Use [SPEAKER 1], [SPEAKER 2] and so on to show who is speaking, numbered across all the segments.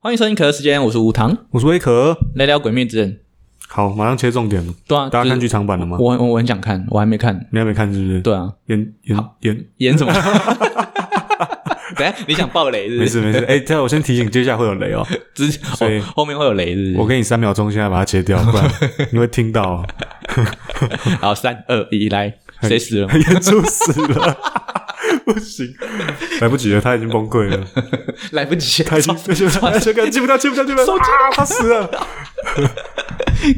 [SPEAKER 1] 欢迎收听《可乐时间》，我哎是吴糖，
[SPEAKER 2] 我是威可。
[SPEAKER 1] 来聊《鬼灭之刃》。
[SPEAKER 2] 好，马上切重点。
[SPEAKER 1] 对啊，
[SPEAKER 2] 大家看
[SPEAKER 1] 就是
[SPEAKER 2] 剧场版了吗？
[SPEAKER 1] 我我我很想看，我还没看。
[SPEAKER 2] 你还没看是不是？
[SPEAKER 1] 对啊，
[SPEAKER 2] 演演演，
[SPEAKER 1] 演什么？ 等一下你想爆雷是不
[SPEAKER 2] 没
[SPEAKER 1] 是？
[SPEAKER 2] 事 没事。哎，这样我先提醒，接下来会有雷哦。
[SPEAKER 1] 之
[SPEAKER 2] 所以
[SPEAKER 1] 哦后面会有雷是
[SPEAKER 2] 我
[SPEAKER 1] 不
[SPEAKER 2] 给你三秒钟，现在把它切掉，不然你会听到哦，
[SPEAKER 1] 是？好，三二一，来，谁死了？
[SPEAKER 2] 演出死了，不行，来不及了，他已经崩 溃了，
[SPEAKER 1] 来不及，
[SPEAKER 2] 他已经就就就记不掉，记不掉，记不掉，啊，他死
[SPEAKER 1] 嗯
[SPEAKER 2] 了。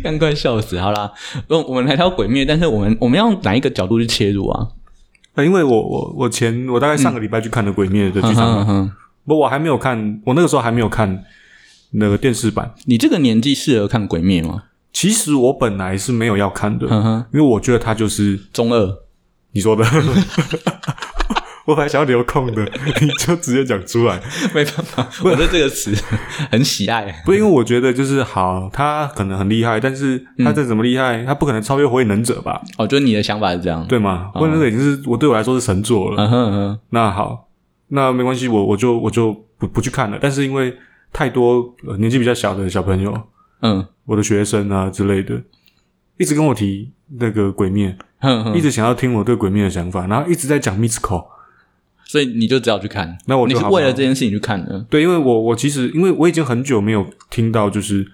[SPEAKER 1] 刚快笑死。好啦，我我们来聊《鬼灭》，但是我们我们要用哪一个角度去切入啊？
[SPEAKER 2] 呃因为我我我前我大概上个礼拜去看了《鬼灭》的剧场
[SPEAKER 1] 嗯
[SPEAKER 2] 版，
[SPEAKER 1] 哼，
[SPEAKER 2] 不，我还没有看，我那个时候还没有看那个电视版。
[SPEAKER 1] 你这个年纪适合看《鬼灭》吗？
[SPEAKER 2] 其实我本来是没有要看的，
[SPEAKER 1] 嗯哼，
[SPEAKER 2] 因为我觉得它就是
[SPEAKER 1] 中二。
[SPEAKER 2] 你说的， 我本来想要留空 的，你就直接讲出来。
[SPEAKER 1] 没办法，我对这个词 很喜爱。
[SPEAKER 2] 不，因为我觉得就是好，他可能很厉害，但是
[SPEAKER 1] 嗯
[SPEAKER 2] 他再怎么厉害，他不可能超越火影忍者吧？
[SPEAKER 1] 哦，就是你的想法是这样。
[SPEAKER 2] 对吗？火影忍者已经是我对我来说是神作了。
[SPEAKER 1] 嗯哼嗯哼，
[SPEAKER 2] 那好，那没关系，我我就我就不不去看了。但是因为太多、呃年纪比较小的小朋友，
[SPEAKER 1] 嗯
[SPEAKER 2] 我的学生啊之类的，一直跟我提那个鬼灭，
[SPEAKER 1] 哼哼，
[SPEAKER 2] 一直想要听我对鬼灭的想法，然后一直在讲 Mitsuko。
[SPEAKER 1] 所以你就只好去看。
[SPEAKER 2] 那我
[SPEAKER 1] 你
[SPEAKER 2] 就是好吧
[SPEAKER 1] 为了这件事情去看的。
[SPEAKER 2] 对，因为我我其实因为我已经很久没有听到就是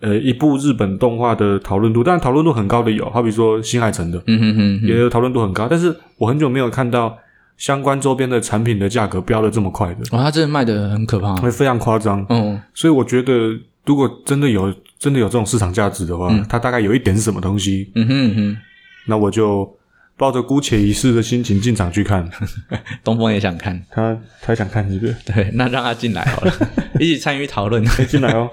[SPEAKER 2] 呃一部日本动画的讨论度，当然讨论度很高的有，好比说新海诚的
[SPEAKER 1] 嗯哼哼哼，
[SPEAKER 2] 也有讨论度很高，但是我很久没有看到相关周边的产品的价格飙的这么快的，
[SPEAKER 1] 哇，哦他真的卖的很可怕。
[SPEAKER 2] 会非常夸张。
[SPEAKER 1] 啊嗯
[SPEAKER 2] 所以我觉得如果真的有真的有这种市场价值的话，它大概有一点什么东西，
[SPEAKER 1] 嗯哼嗯
[SPEAKER 2] 那我就抱着姑且一试的心情进场去 看。
[SPEAKER 1] 哼，东风也想看，
[SPEAKER 2] 他他想看是不是？
[SPEAKER 1] 对，那让他进来 好了，一起参与讨论。
[SPEAKER 2] 进来 哦。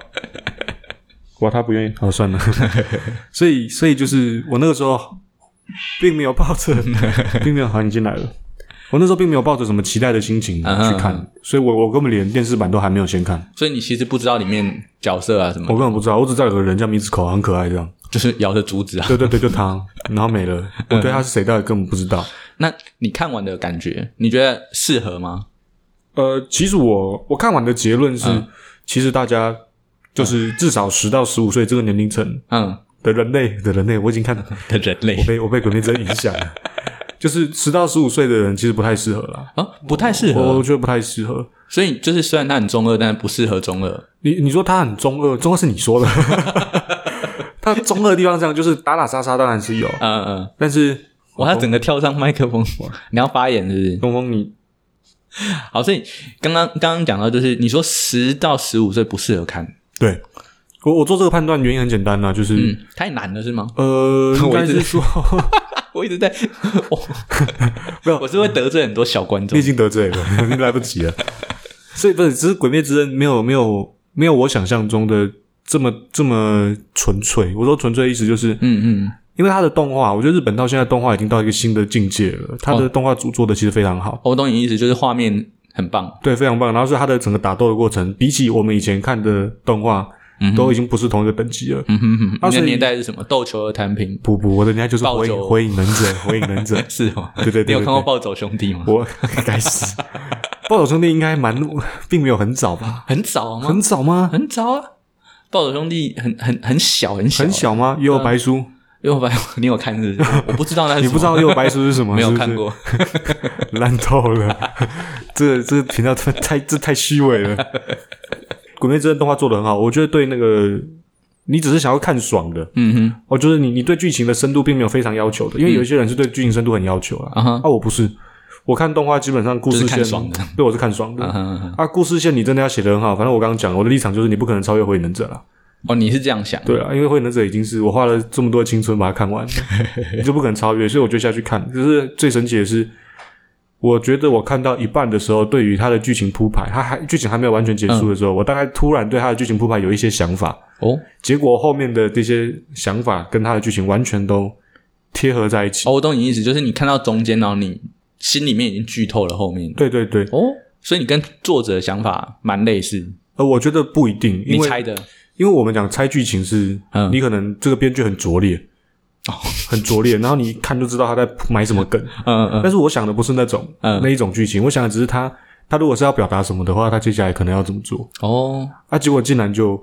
[SPEAKER 2] 哇，他不愿意，好、哦算了。 所以，所以就是我那个时候并没有抱 着，并没有好，你进来了。我那时候并没有抱着什么期待的心情
[SPEAKER 1] 嗯哼
[SPEAKER 2] 去看，所以我我根本连电视版都还没有先看，
[SPEAKER 1] 所以你其实不知道里面角色啊什么
[SPEAKER 2] 我，根本不知道，我只知道有个人叫米子口，很可爱这样。
[SPEAKER 1] 就是摇着竹子啊。
[SPEAKER 2] 对对对，就他，然后没 了，我对他是谁到底根本不知道。
[SPEAKER 1] 那你看完的感觉，你觉得适合吗？
[SPEAKER 2] 呃，其实我我看完的结论是，其实大家就是至少十到十五岁这个年龄层
[SPEAKER 1] 嗯，
[SPEAKER 2] 的人类的人类，我已经看
[SPEAKER 1] 的人类
[SPEAKER 2] 我被我被鬼灭之刃影响了。就是十到十五岁的人其实不太适合啦，
[SPEAKER 1] 啊，不太适
[SPEAKER 2] 我
[SPEAKER 1] 合。
[SPEAKER 2] 我觉得不太适合。
[SPEAKER 1] 所以就是虽然他很中二，但是不适合中二。
[SPEAKER 2] 你你说他很中二，中二是你说的， 他中二的地方是这样，就是打打杀杀当然是有，
[SPEAKER 1] 嗯嗯，
[SPEAKER 2] 但是
[SPEAKER 1] 我要整个跳上麦克风，你要发言是不是？
[SPEAKER 2] 东风你
[SPEAKER 1] 好，所以刚刚刚刚讲到，就是你说十到十五岁不适合看，
[SPEAKER 2] 对我我做这个判断原因很简单啦，就是、
[SPEAKER 1] 嗯，太难了是吗？
[SPEAKER 2] 呃，应
[SPEAKER 1] 我
[SPEAKER 2] 该
[SPEAKER 1] 一直
[SPEAKER 2] 是 说
[SPEAKER 1] 我一直在， 我
[SPEAKER 2] 没有
[SPEAKER 1] 我是会得罪很多小观
[SPEAKER 2] 你
[SPEAKER 1] 众
[SPEAKER 2] 已。经得罪了，你来不及了。所以不是，只是《鬼灭之刃》没有没有没有我想象中的这么这么纯粹。我说纯粹的意思就是，
[SPEAKER 1] 嗯嗯，
[SPEAKER 2] 因为它的动画，我觉得日本到现在动画已经到一个新的境界了。它
[SPEAKER 1] 哦
[SPEAKER 2] 的动画做做的其实非常好，
[SPEAKER 1] 我懂你意思，就是画面很棒。
[SPEAKER 2] 对，非常棒。然后是它的整个打斗的过程，比起我们以前看的动画，都已经不是同一个等级了。
[SPEAKER 1] 嗯哼哼，
[SPEAKER 2] 啊
[SPEAKER 1] 你的
[SPEAKER 2] 所以
[SPEAKER 1] 年代是什么？斗球和弹屏
[SPEAKER 2] 不不，我的人家就是
[SPEAKER 1] 暴
[SPEAKER 2] 火影
[SPEAKER 1] 走，
[SPEAKER 2] 火影忍者， 火影忍者
[SPEAKER 1] 是吗？
[SPEAKER 2] 对对对对
[SPEAKER 1] 你有看过《
[SPEAKER 2] 对
[SPEAKER 1] 暴走兄弟》吗？
[SPEAKER 2] 我该死。 暴走兄弟应该蛮，并没有很早吧？
[SPEAKER 1] 很早吗？
[SPEAKER 2] 很早吗？
[SPEAKER 1] 很早啊！暴走兄弟很很很小很小
[SPEAKER 2] 很，小吗？幽游白书，
[SPEAKER 1] 因为我把 你有看是不是？我不知道那是
[SPEAKER 2] 你
[SPEAKER 1] 什么
[SPEAKER 2] 不知道幽游白书是什 么？
[SPEAKER 1] 没有
[SPEAKER 2] 是不
[SPEAKER 1] 看
[SPEAKER 2] 是，
[SPEAKER 1] 过。
[SPEAKER 2] 烂透了。 这这频道太太这太虚伪了。鬼灭之刃动画做的很好，我觉得对那个你只是想要看爽的，
[SPEAKER 1] 嗯哼，嗯
[SPEAKER 2] 哦，就是你你对剧情的深度并没有非常要求的，因为有一些人是对剧情深度很要求啊。
[SPEAKER 1] 啊哈，
[SPEAKER 2] 啊，我不是，我看动画基本上故
[SPEAKER 1] 就是
[SPEAKER 2] 事
[SPEAKER 1] 看
[SPEAKER 2] 线，
[SPEAKER 1] 爽的。
[SPEAKER 2] 对我是看爽的。
[SPEAKER 1] 嗯哼嗯哼，
[SPEAKER 2] 啊，故事线你真的要写的很好，反正我刚刚讲了我的立场就是你不可能超越火影忍者了。
[SPEAKER 1] 哦，你是这样想？
[SPEAKER 2] 对啊，因为火影忍者已经是我花了这么多青春把它看完， 你就不可能超越，所以我就下去看。就是最神奇的是，我觉得我看到一半的时候，对于它的剧情铺排，它还剧情还没有完全结
[SPEAKER 1] 嗯
[SPEAKER 2] 束的时候，我大概突然对它的剧情铺排有一些想法。
[SPEAKER 1] 哦，
[SPEAKER 2] 结果后面的这些想法跟他的剧情完全都贴合在一起。
[SPEAKER 1] 哦，我懂你意思，就是你看到中间，然后你心里面已经剧透了后面。
[SPEAKER 2] 对对对，
[SPEAKER 1] 哦，所以你跟作者的想法蛮类似，
[SPEAKER 2] 呃，我觉得不一定，因
[SPEAKER 1] 你
[SPEAKER 2] 为
[SPEAKER 1] 猜的。
[SPEAKER 2] 因为我们讲猜剧情是，
[SPEAKER 1] 嗯哦
[SPEAKER 2] 你可能这个编剧很拙劣，很拙劣，然后你一看就知道他在埋什么梗。
[SPEAKER 1] 嗯嗯
[SPEAKER 2] 但是我想的不是那种
[SPEAKER 1] 嗯
[SPEAKER 2] 那一种剧情，我想的只是他他如果是要表达什么的话，他接下来可能要怎么做？
[SPEAKER 1] 哦，
[SPEAKER 2] 啊，结果竟然就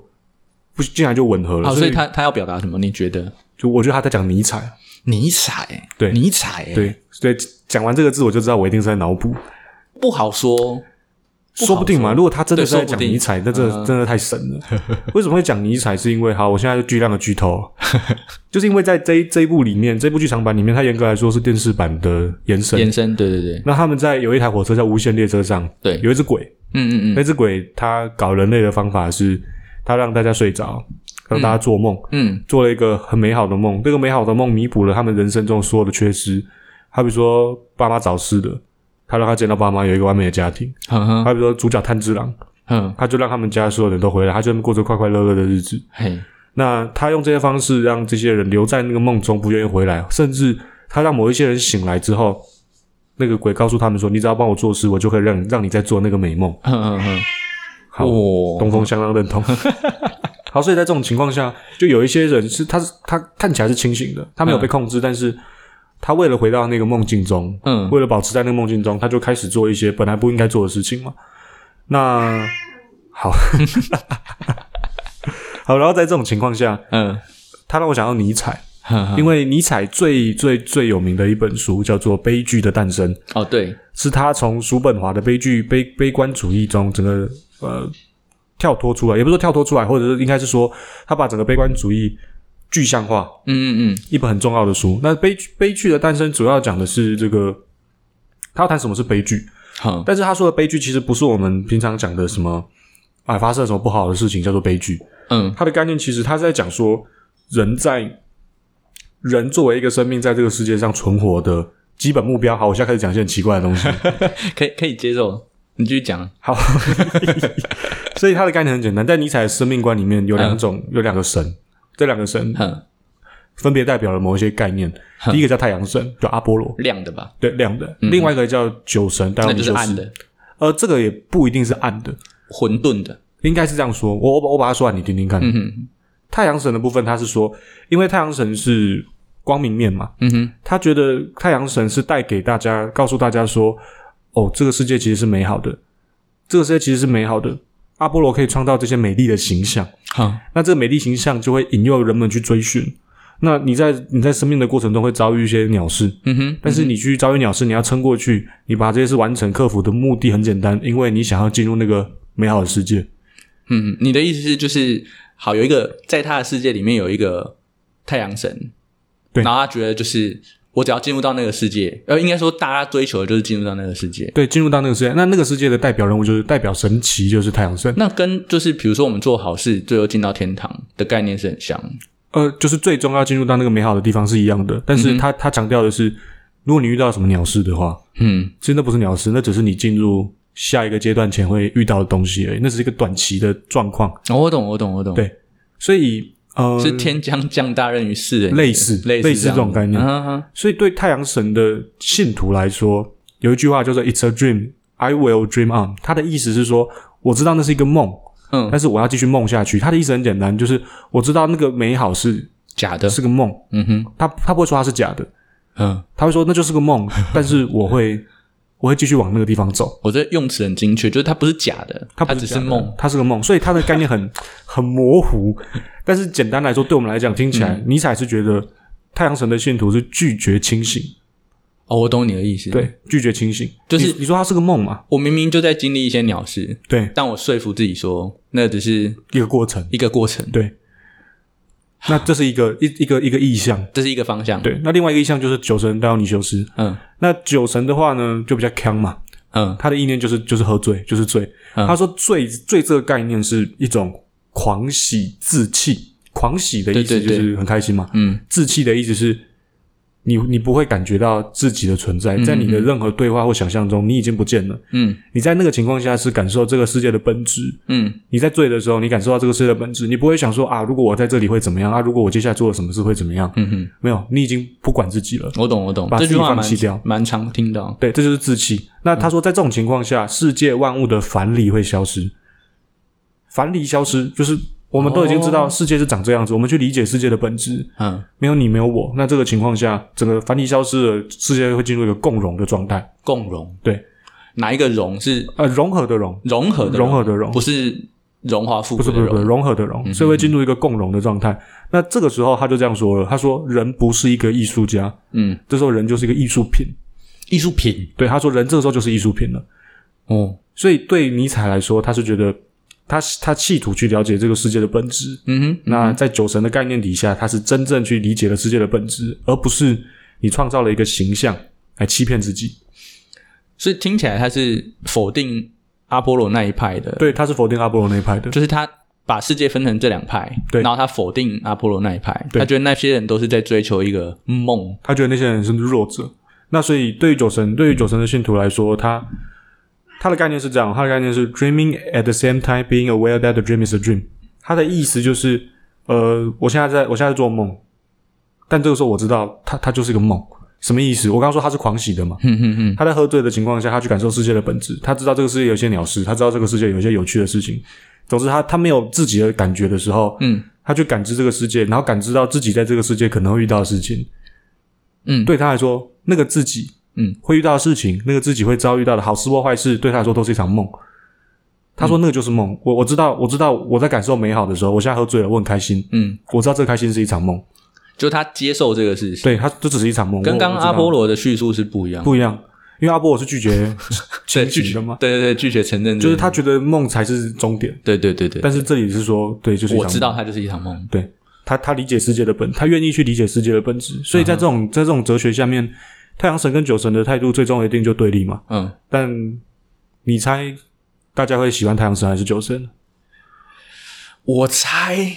[SPEAKER 2] 不，竟然就吻合了。
[SPEAKER 1] 好，哦所
[SPEAKER 2] 所
[SPEAKER 1] 以哎他他要表达什么？你觉得？
[SPEAKER 2] 就我觉得他在讲尼采。
[SPEAKER 1] 尼采，欸
[SPEAKER 2] 对
[SPEAKER 1] 尼采，，
[SPEAKER 2] 对，所以讲完这个字，我就知道我一定是在脑补，
[SPEAKER 1] 不好说。好
[SPEAKER 2] 说不定嘛。如果他真的是在
[SPEAKER 1] 对说
[SPEAKER 2] 讲
[SPEAKER 1] 不定嗯
[SPEAKER 2] 尼采，那真的真的太神了。 为什么会讲尼采？是因为好，我现在就巨量的剧透，就是因为在这一这一部里面，这部剧场版里面，它严格来说是电视版的延伸。
[SPEAKER 1] 延伸，对对对，
[SPEAKER 2] 那他们在有一台火车叫无限列车上，
[SPEAKER 1] 对
[SPEAKER 2] 有一只鬼，
[SPEAKER 1] 嗯嗯
[SPEAKER 2] 那只鬼它搞人类的方法是，它让大家睡着，让大家做梦，
[SPEAKER 1] 嗯
[SPEAKER 2] 做了一个很美好的梦。这个美好的梦弥补了他们人生中所有的缺失，好比说爸妈早逝的，他让他见到爸妈有一个完美的家庭；，
[SPEAKER 1] 嗯，哼哼
[SPEAKER 2] 好比说主角炭治郎，
[SPEAKER 1] 哼，
[SPEAKER 2] 他就让他们家所有人都回来，他就过着快快乐乐的日子。
[SPEAKER 1] 嘿，
[SPEAKER 2] 那他用这些方式让这些人留在那个梦中，不愿意回来，甚至他让某一些人醒来之后，那个鬼告诉他们说：“你只要帮我做事，我就可以让让你再做那个美梦。”
[SPEAKER 1] 哼哼 哼，
[SPEAKER 2] 好
[SPEAKER 1] 哦
[SPEAKER 2] 东风相当 认同。好，所以在这种情况下，就有一些人是他是他看起来是清醒的，他没有被控制，但是他为了回到那个梦境中，
[SPEAKER 1] 嗯
[SPEAKER 2] 为了保持在那个梦境中，他就开始做一些本来不应该做的事情嘛。那好， 好，然后在这种情况下，
[SPEAKER 1] 嗯，
[SPEAKER 2] 他让我想到尼采，
[SPEAKER 1] 哼哼
[SPEAKER 2] 因为尼采最最最有名的一本书叫做《悲剧的诞生》，
[SPEAKER 1] 哦对，
[SPEAKER 2] 是他从叔本华的悲剧悲悲观主义中整个呃跳脱出来，也不是说跳脱出来，或者是应该是说他把整个悲观主义具象化，
[SPEAKER 1] 嗯嗯嗯，
[SPEAKER 2] 一本很重要的书。那悲剧悲剧的诞生主要讲的是这个，他要谈什么是悲剧，
[SPEAKER 1] 好，
[SPEAKER 2] 但是他说的悲剧其实不是我们平常讲的什么啊发生了什么不好的事情叫做悲剧，
[SPEAKER 1] 嗯
[SPEAKER 2] 他的概念其实他是在讲说人在人作为一个生命在这个世界上存活的基本目标。好，我现在开始讲一些很奇怪的东西。
[SPEAKER 1] 可以可以接受，你继续讲，
[SPEAKER 2] 好， 所以他的概念很简单，在尼采的生命观里面有两
[SPEAKER 1] 嗯
[SPEAKER 2] 种，有两个神，这两个神
[SPEAKER 1] 哼，
[SPEAKER 2] 分别代表了某一些概念。第一个叫太阳神，叫阿波罗，
[SPEAKER 1] 亮的吧，
[SPEAKER 2] 对亮的；另外一个叫酒神，代
[SPEAKER 1] 嗯
[SPEAKER 2] 表
[SPEAKER 1] 那
[SPEAKER 2] 我
[SPEAKER 1] 就
[SPEAKER 2] 们
[SPEAKER 1] 是
[SPEAKER 2] 酒
[SPEAKER 1] 暗
[SPEAKER 2] 神。
[SPEAKER 1] 的，
[SPEAKER 2] 呃，这个也不一定是暗的，
[SPEAKER 1] 混沌的，
[SPEAKER 2] 应该是这样说。我我把我把它说完，你听听看。
[SPEAKER 1] 嗯哼
[SPEAKER 2] 太阳神的部分，他是说，因为太阳神是光明面嘛，
[SPEAKER 1] 嗯哼，
[SPEAKER 2] 他觉得太阳神是带给大家，告诉大家说，哦，这个世界其实是美好的，这个世界其实是美好的。阿波罗可以创造这些美丽的形象，
[SPEAKER 1] 好，
[SPEAKER 2] 那这个美丽形象就会引诱人们去追寻。那你在你在生命的过程中会遭遇一些鸟事，
[SPEAKER 1] 嗯哼，
[SPEAKER 2] 但是你去遭遇鸟事，你要撑过去，你把这些事完成克服的目的很简单，因为你想要进入那个美好的世界。
[SPEAKER 1] 嗯，你的意思是就是好有一个在他的世界里面有一个太阳神，
[SPEAKER 2] 对
[SPEAKER 1] 然后他觉得就是我只要进入到那个世界，呃，应该说大家追求的就是进入到那个世界。
[SPEAKER 2] 对，进入到那个世界，那那个世界的代表人物就是代表神奇，就是太阳神。
[SPEAKER 1] 那跟就是比如说我们做好事，最后进到天堂的概念是很像。
[SPEAKER 2] 呃，就是最终要进入到那个美好的地方是一样的，但是他、他强调的是，如果你遇到什么鸟事的话，
[SPEAKER 1] 嗯
[SPEAKER 2] 其实那不是鸟事，那只是你进入下一个阶段前会遇到的东西而已，那只是一个短期的状况。
[SPEAKER 1] 哦我懂，我懂，我懂。
[SPEAKER 2] 对所以，呃，
[SPEAKER 1] 是天将降大任于世人，
[SPEAKER 2] 类似
[SPEAKER 1] 类
[SPEAKER 2] 类似
[SPEAKER 1] 这样
[SPEAKER 2] 这种概念
[SPEAKER 1] 嗯哼哼
[SPEAKER 2] 所以对太阳神的信徒来说，有一句话叫做 “It's a dream, I will dream on”。他的意思是说，我知道那是一个梦，
[SPEAKER 1] 嗯
[SPEAKER 2] 但是我要继续梦下去。他的意思很简单，就是我知道那个美好是
[SPEAKER 1] 假的。
[SPEAKER 2] 是个梦，
[SPEAKER 1] 嗯哼，
[SPEAKER 2] 他他不会说它是假的，
[SPEAKER 1] 嗯，
[SPEAKER 2] 他会说那就是 个梦，但是我会我会继续往那个地方走。
[SPEAKER 1] 我觉得用词很精确，就是它不是假的，它
[SPEAKER 2] 它不
[SPEAKER 1] 只
[SPEAKER 2] 是
[SPEAKER 1] 是
[SPEAKER 2] 假的
[SPEAKER 1] 梦。，
[SPEAKER 2] 它是个梦，所以它的概 念很很模糊。但是简单来说，对我们来讲，听起
[SPEAKER 1] 嗯
[SPEAKER 2] 来、尼采是觉得太阳神的信徒是拒绝清醒，
[SPEAKER 1] 哦，我懂你的意思。，
[SPEAKER 2] 对，拒绝清醒，
[SPEAKER 1] 就是
[SPEAKER 2] 你你说它是个梦嘛，
[SPEAKER 1] 我明明就在经历一些鸟事，
[SPEAKER 2] 对，
[SPEAKER 1] 但我说服自己说，那只是
[SPEAKER 2] 一个过 程，
[SPEAKER 1] 一个过程，
[SPEAKER 2] 对。那这是一个一一个一个意象，
[SPEAKER 1] 这是一个方向。，
[SPEAKER 2] 对。那另外一个意象就是酒神带奥尼修斯。
[SPEAKER 1] 嗯
[SPEAKER 2] 那酒神的话呢，就比较强嘛，
[SPEAKER 1] 嗯
[SPEAKER 2] 他的意念就是就是喝醉，就是醉。
[SPEAKER 1] 嗯
[SPEAKER 2] 他说醉醉这个概念是一种狂喜自弃，狂喜的意
[SPEAKER 1] 对
[SPEAKER 2] 思
[SPEAKER 1] 对
[SPEAKER 2] 就
[SPEAKER 1] 对
[SPEAKER 2] 是很开心嘛。
[SPEAKER 1] 嗯
[SPEAKER 2] 自弃的意思是你你不会感觉到自己的存在，在你的任何对话或想象中，你已经不见了。
[SPEAKER 1] 嗯
[SPEAKER 2] 你在那个情况下是感受这个世界的本质。
[SPEAKER 1] 嗯
[SPEAKER 2] 你在醉的时候，你感受到这个世界的本质，你不会想说啊，如果我在这里会怎么样啊？如果我接下来做了什么事会怎么样？
[SPEAKER 1] 嗯哼，
[SPEAKER 2] 没有，你已经不管自己了。
[SPEAKER 1] 我懂我懂，
[SPEAKER 2] 把
[SPEAKER 1] 这
[SPEAKER 2] 自己
[SPEAKER 1] 句话
[SPEAKER 2] 放
[SPEAKER 1] 蛮
[SPEAKER 2] 弃掉
[SPEAKER 1] 蛮常听到。
[SPEAKER 2] 对，这就是自弃。那
[SPEAKER 1] 嗯
[SPEAKER 2] 他说，在这种情况下，世界万物的樊篱会消失，樊篱消失就是我们都已经知
[SPEAKER 1] 哦
[SPEAKER 2] 道世界是长这样子，我们去理解世界的本质，
[SPEAKER 1] 嗯，
[SPEAKER 2] 没有你，没有我。那这个情况下，整个樊篱消失了，世界会进入一个共融的状态。
[SPEAKER 1] 共融。
[SPEAKER 2] 对，
[SPEAKER 1] 哪一个融是
[SPEAKER 2] 呃，融合的融，
[SPEAKER 1] 融合的
[SPEAKER 2] 融合的融
[SPEAKER 1] 不是荣华富
[SPEAKER 2] 不
[SPEAKER 1] 贵
[SPEAKER 2] 是
[SPEAKER 1] 的
[SPEAKER 2] 不是不是
[SPEAKER 1] 融，嗯
[SPEAKER 2] 融合的融，所以会进入一个共融的状态。那这个时候他就这样说了，他说人不是一个艺术家，
[SPEAKER 1] 嗯，
[SPEAKER 2] 这时候人就是一个艺术品。
[SPEAKER 1] 艺术品
[SPEAKER 2] 对，他说人这个时候就是艺术品了。
[SPEAKER 1] 哦，
[SPEAKER 2] 所以对尼采来说，他是觉得他他企图去了解这个世界的本质。
[SPEAKER 1] 嗯哼，
[SPEAKER 2] 那在酒神的概念底下，他是真正去理解了世界的本质，而不是你创造了一个形象来欺骗自己。
[SPEAKER 1] 所以听起来他是否定阿波罗那一派的，
[SPEAKER 2] 对，他是否定阿波罗那一派的。
[SPEAKER 1] 就是他把世界分成这两派，
[SPEAKER 2] 对
[SPEAKER 1] 然后他否定阿波罗那一派，
[SPEAKER 2] 对
[SPEAKER 1] 他觉得那些人都是在追求一个梦，
[SPEAKER 2] 他觉得那些人是弱者。那所以对于酒神，对于酒神的信徒来说，他他的概念是这样，他的概念是 dreaming at the same time being aware that the dream is a dream。他的意思就是，呃，我现在在我现在在做梦，但这个时候我知道他他就是一个梦。什么意思？我刚刚说他是狂喜的嘛，
[SPEAKER 1] 哼哼哼，
[SPEAKER 2] 他在喝醉的情况下，他去感受世界的本质，他知道这个世界有一些鸟事，他知道这个世界有一些有趣的事情。总之他，他没有自己的感觉的时候，
[SPEAKER 1] 嗯
[SPEAKER 2] 他去感知这个世界，然后感知到自己在这个世界可能会遇到的事情。
[SPEAKER 1] 嗯，
[SPEAKER 2] 对他来说，那个自己，
[SPEAKER 1] 嗯，
[SPEAKER 2] 会遇到的事情，那个自己会遭遇到的好事或坏事，对他来说都是一场梦。他
[SPEAKER 1] 嗯
[SPEAKER 2] 说那个就是梦。我我知道，我知道我在感受美好的时候，我现在喝醉了，我很开心。
[SPEAKER 1] 嗯，
[SPEAKER 2] 我知道这个开心是一场梦，
[SPEAKER 1] 就他接受这个事情，
[SPEAKER 2] 对他这只是一场梦，
[SPEAKER 1] 跟
[SPEAKER 2] 我
[SPEAKER 1] 刚
[SPEAKER 2] 我
[SPEAKER 1] 刚
[SPEAKER 2] 知道
[SPEAKER 1] 阿波罗的叙述是不一样的，
[SPEAKER 2] 不一样，因为阿波罗是拒绝
[SPEAKER 1] 对
[SPEAKER 2] 清
[SPEAKER 1] 拒
[SPEAKER 2] 醒
[SPEAKER 1] 绝
[SPEAKER 2] 的嘛，
[SPEAKER 1] 对对对，拒绝承认这
[SPEAKER 2] 就
[SPEAKER 1] 个，
[SPEAKER 2] 是他觉得梦才是终点，
[SPEAKER 1] 对对对对，
[SPEAKER 2] 但是这里是说，对，就是一场
[SPEAKER 1] 我
[SPEAKER 2] 梦
[SPEAKER 1] 知道它就是一场梦，
[SPEAKER 2] 他他理解世界的本，他愿意去理解世界的本质，所以
[SPEAKER 1] 嗯
[SPEAKER 2] 在这种、在这种哲学下面，太阳神跟酒神的态度最终一定就对立嘛。
[SPEAKER 1] 嗯，
[SPEAKER 2] 但你猜大家会喜欢太阳神还是酒神？
[SPEAKER 1] 我猜，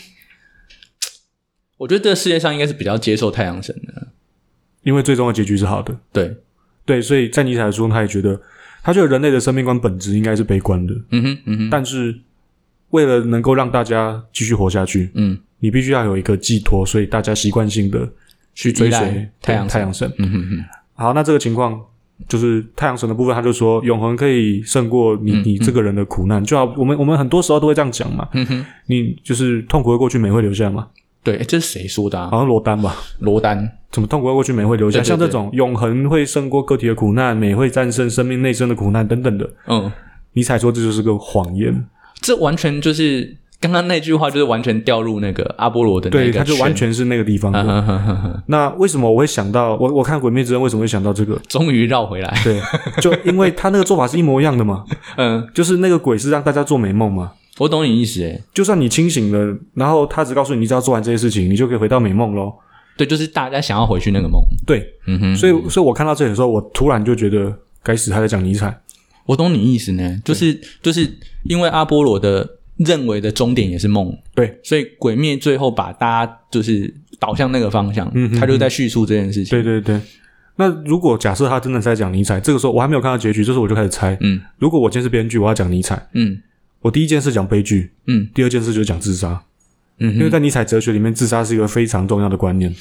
[SPEAKER 1] 我觉得这个世界上应该是比较接受太阳神的，
[SPEAKER 2] 因为最终的结局是好的，
[SPEAKER 1] 对，
[SPEAKER 2] 对，所以在尼采的书中，他也觉得，他觉得人类的生命观本质应该是悲观的，
[SPEAKER 1] 嗯哼嗯哼，
[SPEAKER 2] 但是为了能够让大家继续活下去，
[SPEAKER 1] 嗯
[SPEAKER 2] 你必须要有一个寄托，所以大家习惯性的去追
[SPEAKER 1] 依赖
[SPEAKER 2] 随
[SPEAKER 1] 太阳神
[SPEAKER 2] 太阳神。
[SPEAKER 1] 嗯哼嗯
[SPEAKER 2] 好，那这个情况就是太阳神的部分，他就说永恒可以胜过你、你这个人的苦难，就好，我们我们很多时候都会这样讲嘛，
[SPEAKER 1] 嗯哼，
[SPEAKER 2] 你就是痛苦会过去，美会留下嘛，
[SPEAKER 1] 对，诶这是谁说的啊？
[SPEAKER 2] 好像罗丹吧，
[SPEAKER 1] 罗丹，
[SPEAKER 2] 怎么痛苦会过去，美会留下，
[SPEAKER 1] 对对
[SPEAKER 2] 像这
[SPEAKER 1] 对
[SPEAKER 2] 种永恒会胜过个体的苦难，美会战胜生命内生的苦难等等的，
[SPEAKER 1] 嗯，
[SPEAKER 2] 尼采说这就是个谎言，
[SPEAKER 1] 这完全就是刚刚那句话，就是完全掉入那个阿波罗的那
[SPEAKER 2] 对，
[SPEAKER 1] 个
[SPEAKER 2] 他就完
[SPEAKER 1] 圈，
[SPEAKER 2] 全是那个地方的。
[SPEAKER 1] 嗯哼哼哼
[SPEAKER 2] 那为什么我会想到我我看《鬼灭之刃》为什么会想到这个？
[SPEAKER 1] 终于绕回来，
[SPEAKER 2] 对，就因为他那个做法是一模一样的嘛，
[SPEAKER 1] 嗯，
[SPEAKER 2] 就是那个鬼是让大家做美梦嘛，
[SPEAKER 1] 我懂你意思，诶，
[SPEAKER 2] 就算你清醒了，然后他只告诉你，你只要做完这些事情，你就可以回到美梦喽。
[SPEAKER 1] 对，就是大家想要回去那个梦，
[SPEAKER 2] 对，
[SPEAKER 1] 嗯哼，
[SPEAKER 2] 所以，所以我看到这里的时候，我突然就觉得，该死，他在讲尼采。
[SPEAKER 1] 我懂你意思呢，就是就是因为阿波罗的认为的终点也是梦，
[SPEAKER 2] 对，
[SPEAKER 1] 所以鬼灭最后把大家就是导向那个方向，他就在叙述这件事情。
[SPEAKER 2] 嗯对对对。那如果假设他真的是在讲尼采，这个时候我还没有看到结局，这时候我就开始猜。
[SPEAKER 1] 嗯，
[SPEAKER 2] 如果我今天是编剧，我要讲尼采，
[SPEAKER 1] 嗯
[SPEAKER 2] 我第一件事讲悲剧，
[SPEAKER 1] 嗯
[SPEAKER 2] 第二件事就是讲自杀，
[SPEAKER 1] 嗯
[SPEAKER 2] 因为
[SPEAKER 1] 哼，
[SPEAKER 2] 在尼采哲学里面，自杀是一个非常重要的观念。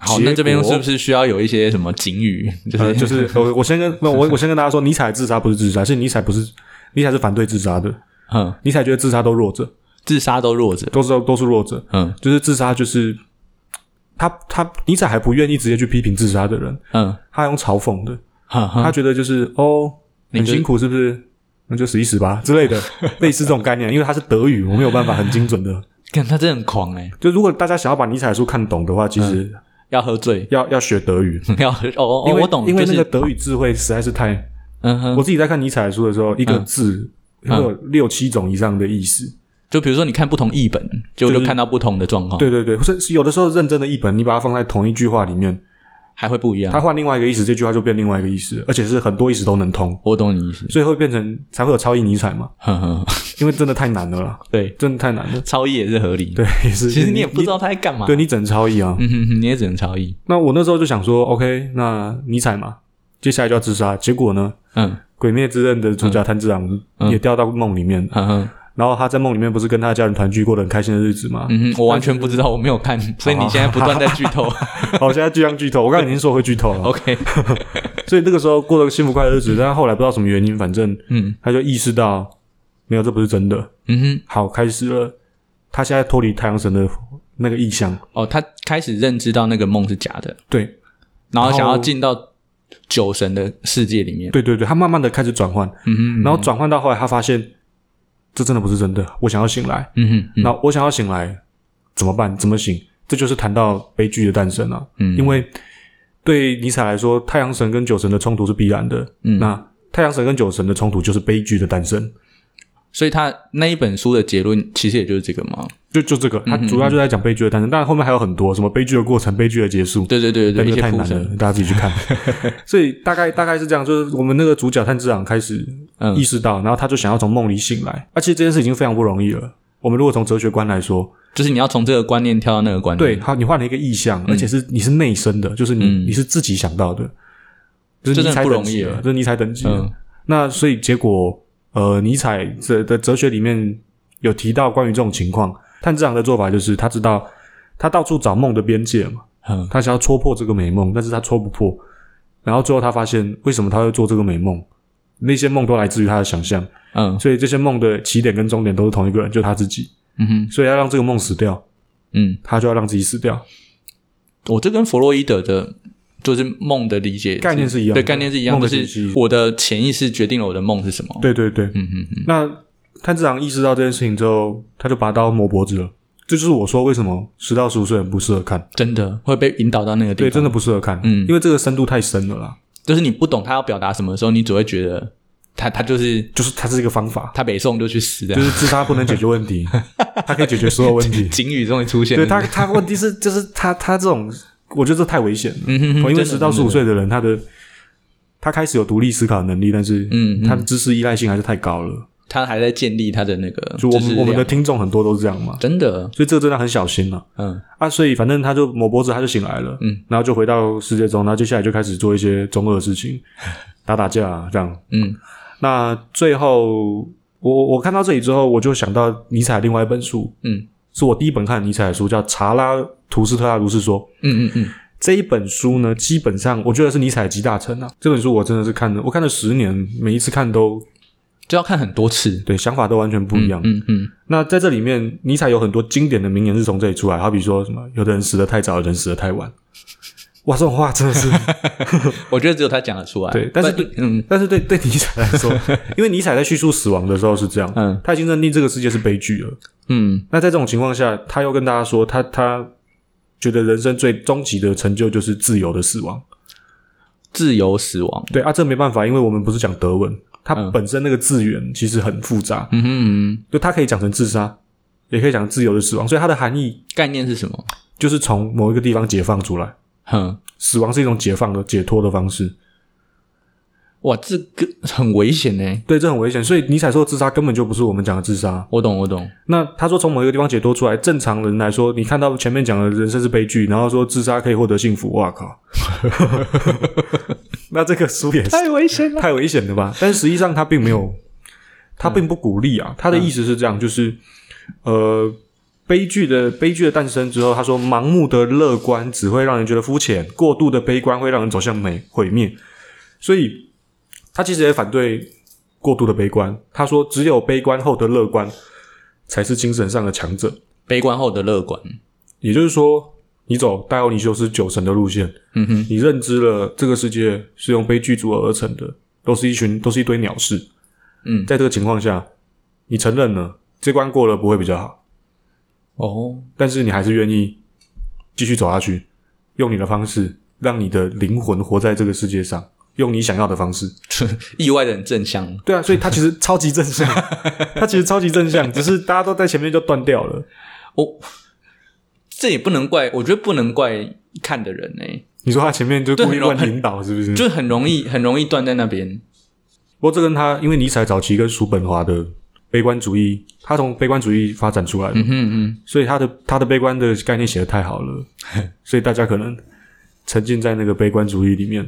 [SPEAKER 1] 好，
[SPEAKER 2] 结果
[SPEAKER 1] 那这边是不是需要有一些什么警语？就是、
[SPEAKER 2] 呃，就是我我 先跟那我我先跟大家说，尼采自杀不是自杀，是尼采不是尼采是反对自杀的，
[SPEAKER 1] 嗯，
[SPEAKER 2] 尼采觉得自杀都弱者，
[SPEAKER 1] 自杀都弱者，
[SPEAKER 2] 都是都是弱者。
[SPEAKER 1] 嗯
[SPEAKER 2] 就是自杀，就是他他尼采还不愿意直接去批评自杀的人，
[SPEAKER 1] 嗯，
[SPEAKER 2] 他用嘲讽的，
[SPEAKER 1] 哈
[SPEAKER 2] 他
[SPEAKER 1] 哈，
[SPEAKER 2] 觉得就是哦，
[SPEAKER 1] 嗯你
[SPEAKER 2] 很
[SPEAKER 1] 就
[SPEAKER 2] 辛苦是不是？那就死一死吧之类 的，类似这种概念，因为他是德语，我没有办法很精准的。
[SPEAKER 1] 看他真的很狂哎、
[SPEAKER 2] 就如果大家想要把尼采的书看懂的话，其实
[SPEAKER 1] 要喝醉，
[SPEAKER 2] 要、要学德语，
[SPEAKER 1] 要喝嗯哦哦
[SPEAKER 2] 嗯因
[SPEAKER 1] 哦，
[SPEAKER 2] 为
[SPEAKER 1] 我懂，
[SPEAKER 2] 因为
[SPEAKER 1] 就
[SPEAKER 2] 那
[SPEAKER 1] 是
[SPEAKER 2] 个德语智慧实在是太……
[SPEAKER 1] 嗯哼，
[SPEAKER 2] 我自己在看尼采的书的时候，一个字会有六七种以上的意思。
[SPEAKER 1] 就比如说你看不同译本，就
[SPEAKER 2] 就是
[SPEAKER 1] 就看到不同的状况，
[SPEAKER 2] 对对对，或是有的时候认真的译本，你把它放在同一句话里面，
[SPEAKER 1] 还会不一样。
[SPEAKER 2] 它换另外一个意思，这句话就变另外一个意思，而且是很多意思都能通。
[SPEAKER 1] 我懂你意思，
[SPEAKER 2] 所以会变成才会有超译尼采嘛，
[SPEAKER 1] 哼哼，
[SPEAKER 2] 因为真的太难了啦，
[SPEAKER 1] 对，
[SPEAKER 2] 真的太难了。
[SPEAKER 1] 超译也是合理。
[SPEAKER 2] 对，也是。
[SPEAKER 1] 其实你也不知，道他在干嘛。
[SPEAKER 2] 对你整超译啊。
[SPEAKER 1] 嗯哼哼，你也只能超译。
[SPEAKER 2] 那我那时候就想说，OK，那尼采嘛，接下来就要自杀。结果呢，
[SPEAKER 1] 嗯
[SPEAKER 2] 《鬼灭之刃》的主角炭治郎
[SPEAKER 1] 嗯
[SPEAKER 2] 也掉到梦里面，
[SPEAKER 1] 嗯哼
[SPEAKER 2] 然后他在梦里面不是跟他的家人团聚，过得很开心的日子吗？
[SPEAKER 1] 嗯哼，我完全不知道，我没有 看，所以你现在不断在剧 透。
[SPEAKER 2] 好，哦现在巨像剧透，我刚才已经说会剧透了，
[SPEAKER 1] OK，
[SPEAKER 2] 所以那个时候过了幸福快乐的日子，但他后来不知道什么原因，反正
[SPEAKER 1] 嗯
[SPEAKER 2] 他就意识到，没有，这不是真的。
[SPEAKER 1] 嗯
[SPEAKER 2] 好，开始了，他现在脱离太阳神的那个意象，
[SPEAKER 1] 哼，哦，他开始认知到那个梦是假的，
[SPEAKER 2] 对，
[SPEAKER 1] 然后
[SPEAKER 2] 然后
[SPEAKER 1] 想要进到酒神的世界里面。
[SPEAKER 2] 对对对，他慢慢的开始转换，
[SPEAKER 1] 嗯
[SPEAKER 2] 然后转换到后来，他发现这真的不是真的，我想要醒来，
[SPEAKER 1] 哼，嗯哼，
[SPEAKER 2] 那我想要醒来怎么办？怎么醒？这就是谈到悲剧的诞生啊，
[SPEAKER 1] 嗯
[SPEAKER 2] 因为对尼采来说，太阳神跟酒神的冲突是必然的，
[SPEAKER 1] 嗯
[SPEAKER 2] 那太阳神跟酒神的冲突就是悲剧的诞生。
[SPEAKER 1] 所以他那一本书的结论其实也就是这个嘛。
[SPEAKER 2] 就就这个，
[SPEAKER 1] 嗯
[SPEAKER 2] 他主要就在讲悲剧的诞生，当然后面还有很多什么悲剧的过程、悲剧的结束，
[SPEAKER 1] 对对对对对，
[SPEAKER 2] 但那
[SPEAKER 1] 一
[SPEAKER 2] 个
[SPEAKER 1] 些
[SPEAKER 2] 太
[SPEAKER 1] 铺
[SPEAKER 2] 难
[SPEAKER 1] 陈
[SPEAKER 2] 了，，大家自己去 看。所以大概大概是这样，就是我们那个主角炭治郎开始
[SPEAKER 1] 嗯
[SPEAKER 2] 意识到，然后他就想要从梦里醒来。而且这件事已经非常不容易了。我们如果从哲学观来说，
[SPEAKER 1] 就是你要从这个观念跳到那个观念。
[SPEAKER 2] 对，好，你换了一个意象，而且是你是内生的，就是你、
[SPEAKER 1] 嗯
[SPEAKER 2] 你是自己想到的，就
[SPEAKER 1] 这
[SPEAKER 2] 是
[SPEAKER 1] 真的
[SPEAKER 2] 尼采
[SPEAKER 1] 不
[SPEAKER 2] 等
[SPEAKER 1] 容
[SPEAKER 2] 级
[SPEAKER 1] 易
[SPEAKER 2] 了
[SPEAKER 1] 了
[SPEAKER 2] 这是尼采等级了。
[SPEAKER 1] 嗯
[SPEAKER 2] 那所以结果，呃，尼采哲的哲学里面有提到关于这种情况，炭治郎的做法就是他知道他到处找梦的边界嘛，
[SPEAKER 1] 嗯
[SPEAKER 2] 他想要戳破这个美梦，但是他戳不破，然后最后他发现为什么他会做这个美梦，那些梦都来自于他的想象，
[SPEAKER 1] 嗯
[SPEAKER 2] 所以这些梦的起点跟终点都是同一个人，就是他自己，
[SPEAKER 1] 嗯哼
[SPEAKER 2] 所以要让这个梦死掉，
[SPEAKER 1] 嗯，
[SPEAKER 2] 他就要让自己死掉。
[SPEAKER 1] 我这跟弗洛伊德的。就是梦的理解
[SPEAKER 2] 概念是一样的
[SPEAKER 1] 对概念是一样，
[SPEAKER 2] 梦
[SPEAKER 1] 就
[SPEAKER 2] 的解析
[SPEAKER 1] 是我的潜意识决定了我的梦是什么。
[SPEAKER 2] 对对对，
[SPEAKER 1] 嗯嗯嗯，
[SPEAKER 2] 那炭治郎意识到这件事情之后，他就把刀磨脖子了。这就是我说为什么十到十五岁很不适合看，
[SPEAKER 1] 真的会被引导到那个地
[SPEAKER 2] 对，
[SPEAKER 1] 方。
[SPEAKER 2] 真的不适合看，
[SPEAKER 1] 嗯
[SPEAKER 2] 因为这个深度太深了啦。
[SPEAKER 1] 就是你不懂他要表达什么的时候，你只会觉得他他就是
[SPEAKER 2] 就是它是一个方法，
[SPEAKER 1] 他北宋就去死的
[SPEAKER 2] 就。是自杀不能解决问 题，它可以解决所有问题。
[SPEAKER 1] 警语终于出现了，
[SPEAKER 2] 对他，他问题是就是他他这种，我觉得这太危险了，
[SPEAKER 1] 嗯哼哼
[SPEAKER 2] 因为
[SPEAKER 1] 真的
[SPEAKER 2] 十到十五岁的人，他的他开始有独立思考能力，但是
[SPEAKER 1] 嗯嗯
[SPEAKER 2] 他的知识依赖性还是太高了。
[SPEAKER 1] 他还在建立他的那个
[SPEAKER 2] 就我
[SPEAKER 1] 知识
[SPEAKER 2] 们我们的
[SPEAKER 1] 量
[SPEAKER 2] 听众很多都是这样嘛，
[SPEAKER 1] 真的，
[SPEAKER 2] 所以这个真的很小心了。
[SPEAKER 1] 嗯
[SPEAKER 2] 啊，所以反正他就抹脖子，他就醒来了，
[SPEAKER 1] 嗯，
[SPEAKER 2] 然后就回到世界中，然后接下来就开始做一些中二的 事情，打打架、啊、这样。
[SPEAKER 1] 嗯
[SPEAKER 2] 那最后，我我看到这里之后，我就想到尼采另外一本书，
[SPEAKER 1] 嗯，
[SPEAKER 2] 是我第一本看尼采的书，叫《查拉图斯特拉如是说》。
[SPEAKER 1] 嗯嗯嗯，
[SPEAKER 2] 这一本书呢，基本上我觉得是尼采集大成啊。这本书我真的是看了，我看了十年，每一次看都
[SPEAKER 1] 就要看很多次，
[SPEAKER 2] 对想法都完全不一样。
[SPEAKER 1] 嗯嗯
[SPEAKER 2] 那在这里面，尼采有很多经典的名言是从这里出来，好比说什么“有的人死得太早，有的人死得太晚”，哇，这种话真 的是
[SPEAKER 1] 嗯，我觉得只有他讲得出来，
[SPEAKER 2] 对但是对
[SPEAKER 1] 嗯
[SPEAKER 2] 但是对对尼采来 说，因为尼采在叙述死亡的时候是这样，
[SPEAKER 1] 嗯，
[SPEAKER 2] 他已经认定这个世界是悲剧了。
[SPEAKER 1] 嗯
[SPEAKER 2] 那在这种情况下，他又跟大家说，他他觉得人生最终极的成就就是自由的死亡。
[SPEAKER 1] 自由死亡，
[SPEAKER 2] 对啊，这没办法，因为我们不是讲德文，它
[SPEAKER 1] 嗯
[SPEAKER 2] 本身那个字源其实很复杂，
[SPEAKER 1] 嗯哼嗯，
[SPEAKER 2] 就它可以讲成自杀，也可以讲自由的死亡，所以它的含义
[SPEAKER 1] 概念是什么？
[SPEAKER 2] 就是从某一个地方解放出来。
[SPEAKER 1] 哼，
[SPEAKER 2] 死亡是一种解放的、解脱的方式。
[SPEAKER 1] 哇，这个很危险呢，
[SPEAKER 2] 对，这很危险。所以尼采说的自杀根本就不是我们讲的自杀。
[SPEAKER 1] 我懂我懂，
[SPEAKER 2] 那他说从某一个地方解脱出来，正常人来说，你看到前面讲的人生是悲剧，然后说自杀可以获得幸福，哇靠！ 那这个书也是
[SPEAKER 1] 太危险了，
[SPEAKER 2] 太危险了吧？但实际上他并没有，他并不鼓励啊。他的意思是这样，就是呃，悲剧的悲剧的诞生之后，他说盲目的乐观只会让人觉得肤浅，过度的悲观会让人走向美毁灭。所以他其实也反对过度的悲观。他说，只有悲观后的乐观才是精神上的强者。
[SPEAKER 1] 悲观后的乐观，
[SPEAKER 2] 也就是说，你走戴欧尼修斯九神的路线，
[SPEAKER 1] 嗯哼，
[SPEAKER 2] 你认知了这个世界是用悲剧组合而成的，都是一群都是一堆鸟事。
[SPEAKER 1] 嗯
[SPEAKER 2] 在这个情况下，你承认了这关过了不会比较好，
[SPEAKER 1] 哦，
[SPEAKER 2] 但是你还是愿意继续走下去，用你的方式让你的灵魂活在这个世界上，用你想要的方式。
[SPEAKER 1] 意外的很正向，
[SPEAKER 2] 对啊，所以他其实 超级正向，他其实超级正向，只是大家都在前面就断掉了。
[SPEAKER 1] 这也不能怪，我觉得不能怪看的人呢，
[SPEAKER 2] 你说他前面就
[SPEAKER 1] 对
[SPEAKER 2] 故
[SPEAKER 1] 很
[SPEAKER 2] 意
[SPEAKER 1] 容
[SPEAKER 2] 乱引导，是不是？
[SPEAKER 1] 就很容易很容易断在那边，
[SPEAKER 2] 不过这跟他因为尼采早期跟叔本华的悲观主义，他从悲观主义发展出来的，
[SPEAKER 1] 嗯哼嗯，
[SPEAKER 2] 所以他的他的悲观的概念写的太好 了，所以大家可能沉浸在那个悲观主义里面。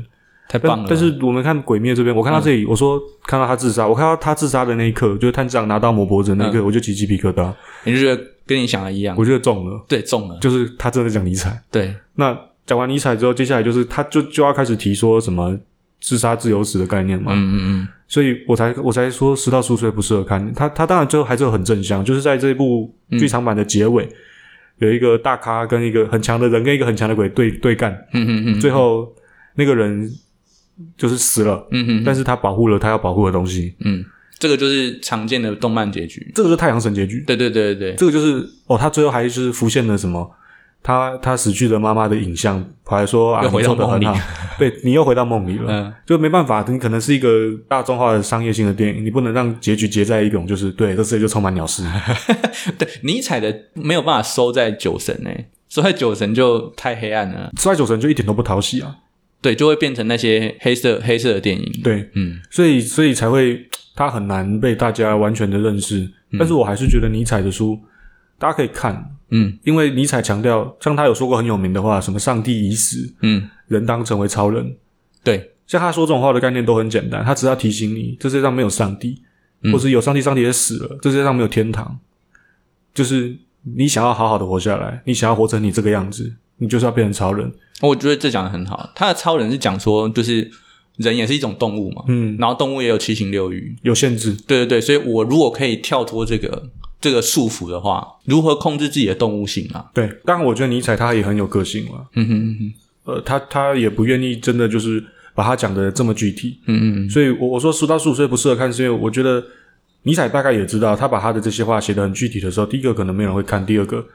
[SPEAKER 1] 太棒
[SPEAKER 2] 但
[SPEAKER 1] 了，嗯
[SPEAKER 2] 但是我们看《鬼灭》这边，我看到这里，我说看到他自杀，我看到他自杀的那一刻，就是探长拿刀磨脖子的那一刻，
[SPEAKER 1] 嗯
[SPEAKER 2] 我就起鸡皮疙瘩，
[SPEAKER 1] 你就觉得跟你想的一样，
[SPEAKER 2] 我觉得中了，
[SPEAKER 1] 对，中了，
[SPEAKER 2] 就是他真的讲尼采。
[SPEAKER 1] 对，
[SPEAKER 2] 那讲完尼采之后，接下来就是他就就要开始提说什么自杀自由死的概念嘛，
[SPEAKER 1] 嗯嗯
[SPEAKER 2] 所以我才我才说十到十五岁不适合看。他他当然最后还是有很正向，就是在这部剧场版的结尾，有一个大咖跟一个很强的人跟一个很强的鬼对对干，
[SPEAKER 1] 嗯嗯嗯嗯，
[SPEAKER 2] 最后那个人就是死了，
[SPEAKER 1] 嗯哼，
[SPEAKER 2] 但是他保护了他要保护的东西，
[SPEAKER 1] 嗯，这个就是常见的动漫结局。
[SPEAKER 2] 这个就是太阳神结局，
[SPEAKER 1] 对对对对对，
[SPEAKER 2] 这个就是哦，他最后还是浮现了什么？他他死去的妈妈的影像，还说啊，
[SPEAKER 1] 又回到
[SPEAKER 2] 你做得
[SPEAKER 1] 梦里
[SPEAKER 2] 很好， 对你又回到梦里了，
[SPEAKER 1] 嗯
[SPEAKER 2] 就没办法，你可能是一个大众化的商业性的电影，你不能让结局结在一种就是对这世界就充满鸟 事，
[SPEAKER 1] 对，尼采的没有办法收在酒神诶、收在酒神就太黑暗了，
[SPEAKER 2] 衰九神就一点都不讨喜啊，
[SPEAKER 1] 对，就会变成那些黑色黑色的电影。
[SPEAKER 2] 对，
[SPEAKER 1] 嗯，
[SPEAKER 2] 所以所以才会他很难被大家完全的认识，但是我还是觉得尼采的书大家可以看，
[SPEAKER 1] 嗯，
[SPEAKER 2] 因为尼采强调，像他有说过很有名的话，什么上帝已死，
[SPEAKER 1] 嗯，
[SPEAKER 2] 人当成为超人，
[SPEAKER 1] 对，
[SPEAKER 2] 像他说这种话的概念都很简单，他只要提醒你，这世界上没有上帝，
[SPEAKER 1] 嗯
[SPEAKER 2] 或是有上帝，上帝也死了，这世界上没有天堂，就是你想要好好的活下来，你想要活成你这个样子，你就是要变成超人，
[SPEAKER 1] 我觉得这讲的很好。他的超人是讲说，就是人也是一种动物嘛，
[SPEAKER 2] 嗯，
[SPEAKER 1] 然后动物也有七情六欲，
[SPEAKER 2] 有限制，
[SPEAKER 1] 对对对，所以我如果可以跳脱这个这个束缚的话，如何控制自己的动物性啊？
[SPEAKER 2] 对，当然我觉得尼采他也很有个性了。
[SPEAKER 1] 嗯哼嗯哼
[SPEAKER 2] 呃，他他也不愿意真的就是把他讲的这么具体，
[SPEAKER 1] 嗯嗯
[SPEAKER 2] 所以我我说十到十五岁不适合看，是因为我觉得尼采大概也知道，他把他的这些话写得很具体的时候，第一个可能没有人会看，第二个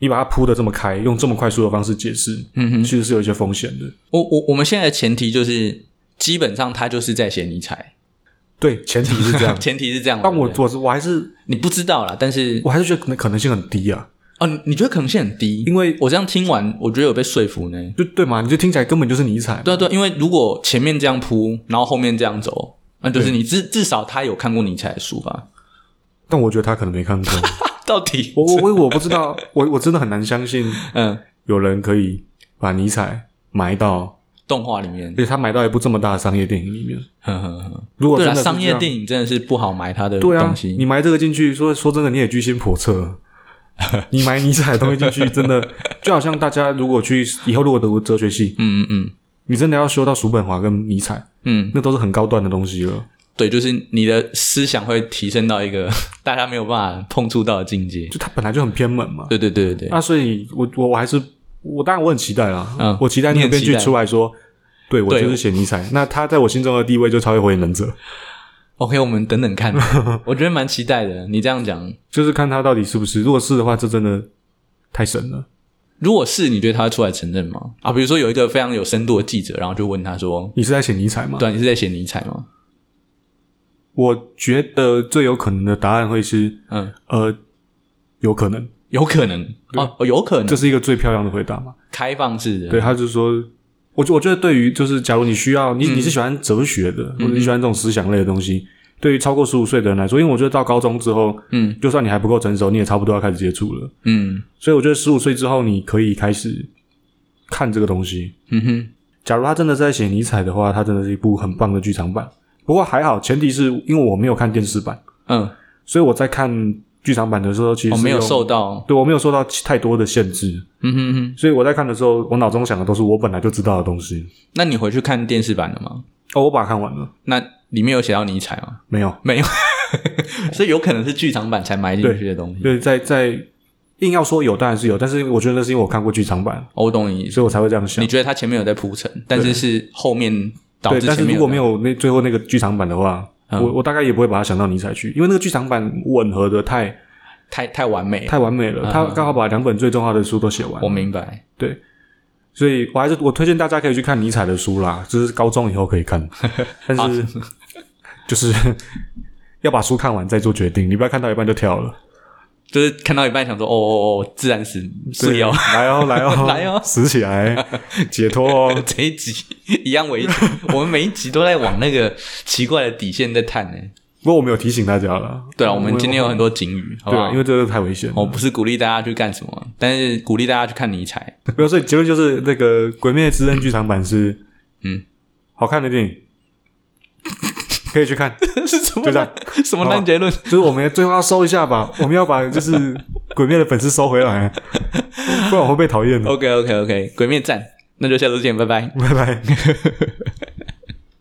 [SPEAKER 2] 你把它铺的这么开，用这么快速的方式解释，
[SPEAKER 1] 嗯哼，
[SPEAKER 2] 其实是有一些风险的。
[SPEAKER 1] 我我我们现在的前提就是，基本上他就是在写尼采，，
[SPEAKER 2] 对，前提是这 样
[SPEAKER 1] 前提是这样嘛。
[SPEAKER 2] 但我
[SPEAKER 1] 对不对
[SPEAKER 2] 我是我还是
[SPEAKER 1] 你不知道啦，但是
[SPEAKER 2] 我还是觉得可能可能性很低啊，
[SPEAKER 1] 哦，你你觉得可能性很低？
[SPEAKER 2] 因为
[SPEAKER 1] 我这样听完，我觉得有被说服呢。
[SPEAKER 2] 就对嘛，你就听起来根本就是尼采，
[SPEAKER 1] 对啊对啊，因为如果前面这样铺，然后后面这样走，那就是你至至少他有看过尼采的书吧？
[SPEAKER 2] 但我觉得他可能没看 过，
[SPEAKER 1] 到底
[SPEAKER 2] 我我我我不知道，我我真的很难相信
[SPEAKER 1] 嗯，
[SPEAKER 2] 有人可以把尼采埋到。
[SPEAKER 1] 动画里面
[SPEAKER 2] 而，且他买到一部这么大的商业电影里面，
[SPEAKER 1] 呵呵呵，
[SPEAKER 2] 如果
[SPEAKER 1] 对啦，
[SPEAKER 2] 真的是
[SPEAKER 1] 商
[SPEAKER 2] 这
[SPEAKER 1] 业
[SPEAKER 2] 样
[SPEAKER 1] 电影真的是不好买它的
[SPEAKER 2] 对啊
[SPEAKER 1] 东，西。
[SPEAKER 2] 你埋这个进去，说说真的，你也居心 叵测。你埋尼采的东西进去，真的就好像大家如果去以后如果读哲学系，
[SPEAKER 1] 嗯嗯嗯
[SPEAKER 2] 你真的要修到叔本华跟尼采，
[SPEAKER 1] 嗯，
[SPEAKER 2] 那都是很高段的东西了。
[SPEAKER 1] 对，就是你的思想会提升到一个 大家没有办法碰触到的境界。
[SPEAKER 2] 就他本来就很偏门嘛。
[SPEAKER 1] 对对对对对，
[SPEAKER 2] 那所以我，我我还是我当然我很期待啦，
[SPEAKER 1] 嗯
[SPEAKER 2] 我期待那个编
[SPEAKER 1] 你
[SPEAKER 2] 剧
[SPEAKER 1] 很期待
[SPEAKER 2] 出来说，对我
[SPEAKER 1] 对
[SPEAKER 2] 就是写尼采，那他在我心中的地位就超越火影忍者，
[SPEAKER 1] OK，我们等等 看，我觉得蛮期待的。你这样讲，
[SPEAKER 2] 就是看他到底是不是。如果是的话，这真的太神了。
[SPEAKER 1] 如果是你，对他会出来承认吗？啊，比如说有一个非常有深度的记者，然后就问他说
[SPEAKER 2] 你是在写尼采吗：“？
[SPEAKER 1] 对啊，你是在写尼采吗
[SPEAKER 2] 我觉得最有可能的答案会是，？”
[SPEAKER 1] 嗯，
[SPEAKER 2] 呃，有可能，
[SPEAKER 1] 有可能哦，哦有可能
[SPEAKER 2] 这，是一个最漂亮的回答嘛？
[SPEAKER 1] 开放式的，
[SPEAKER 2] 对，他就说，我我觉得对于就是，假如你需要
[SPEAKER 1] 嗯
[SPEAKER 2] 你、你是喜欢哲学的，或者你喜欢这种思想类的东西，对于超过十五岁的人来说，因为我觉得到高中之后，
[SPEAKER 1] 嗯
[SPEAKER 2] 就算你还不够成熟，你也差不多要开始接触了。
[SPEAKER 1] 嗯
[SPEAKER 2] 所以我觉得十五岁之后，你可以开始看这个东西。
[SPEAKER 1] 嗯哼，
[SPEAKER 2] 假如他真的在写尼采的话，他真的是一部很棒的剧场版。不过还好，前提是因为我没有看电视版。
[SPEAKER 1] 嗯，
[SPEAKER 2] 所以我在看剧场版的时候，其实
[SPEAKER 1] 我、
[SPEAKER 2] 是
[SPEAKER 1] 哦没有
[SPEAKER 2] 用
[SPEAKER 1] 受，到，
[SPEAKER 2] 对我没有受到太多的限制，
[SPEAKER 1] 嗯哼哼。
[SPEAKER 2] 所以我在看的时候，我脑中想的都是我本来就知道的东西。
[SPEAKER 1] 那你回去看电视版的吗？
[SPEAKER 2] 哦，我把它看完了，
[SPEAKER 1] 那里面有写到尼采吗？
[SPEAKER 2] 没有？
[SPEAKER 1] 没有， 所以有可能是剧场版才埋进去的东西。
[SPEAKER 2] 对，在在硬要说有，当然是有，但是我觉得那是因为我看过剧场版，
[SPEAKER 1] 哦我懂你意思，
[SPEAKER 2] 所以我才会这样想
[SPEAKER 1] 你。觉得它前面有在铺陈，但是是后面导
[SPEAKER 2] 对，
[SPEAKER 1] 致
[SPEAKER 2] 但
[SPEAKER 1] 前
[SPEAKER 2] 是
[SPEAKER 1] 面
[SPEAKER 2] 如果没
[SPEAKER 1] 有
[SPEAKER 2] 有那最后那个剧场版的话，
[SPEAKER 1] 嗯
[SPEAKER 2] 我我大概也不会把它想到尼采去，因为那个剧场版吻合的太
[SPEAKER 1] 哎太太完美了。
[SPEAKER 2] 太完美了，他刚好把两本最重要的书都写完
[SPEAKER 1] 嗯我，明白，
[SPEAKER 2] 所以我还是我推荐大家可以去看尼采的书啦，就是高中以后可 以看，但
[SPEAKER 1] 啊
[SPEAKER 2] 是 就是要把书看完再做决定，你不要看到一半就跳了。
[SPEAKER 1] 就是看到一半想说，哦哦哦，自然死是要
[SPEAKER 2] 来哦，来哦，
[SPEAKER 1] 来哦
[SPEAKER 2] 死起来，解脱哦。
[SPEAKER 1] 这一集一样 为主，我们每一集都在往那个奇怪的底线在探呢、
[SPEAKER 2] 不过我没有提醒大家了，
[SPEAKER 1] 对啊，我们今天有很多警语，好
[SPEAKER 2] 嗯对
[SPEAKER 1] 不
[SPEAKER 2] 啊，
[SPEAKER 1] 好哦
[SPEAKER 2] 因？为这个太危险了。
[SPEAKER 1] 我不是鼓励大家去干什么，但是鼓励大家去看尼 采。
[SPEAKER 2] 没有，所以结论就是那个《鬼灭之刃》剧场版是
[SPEAKER 1] 嗯
[SPEAKER 2] 好看的电影，可以去看。
[SPEAKER 1] 是什么
[SPEAKER 2] 就这样
[SPEAKER 1] 烂？什么烂结 论？
[SPEAKER 2] 就是我们最后要收一 下吧，我们要把就是鬼灭的粉丝收回来，不然我会被讨厌的。
[SPEAKER 1] 哦 OK OK OK，鬼灭赞，那就下周见，拜拜。
[SPEAKER 2] 拜拜。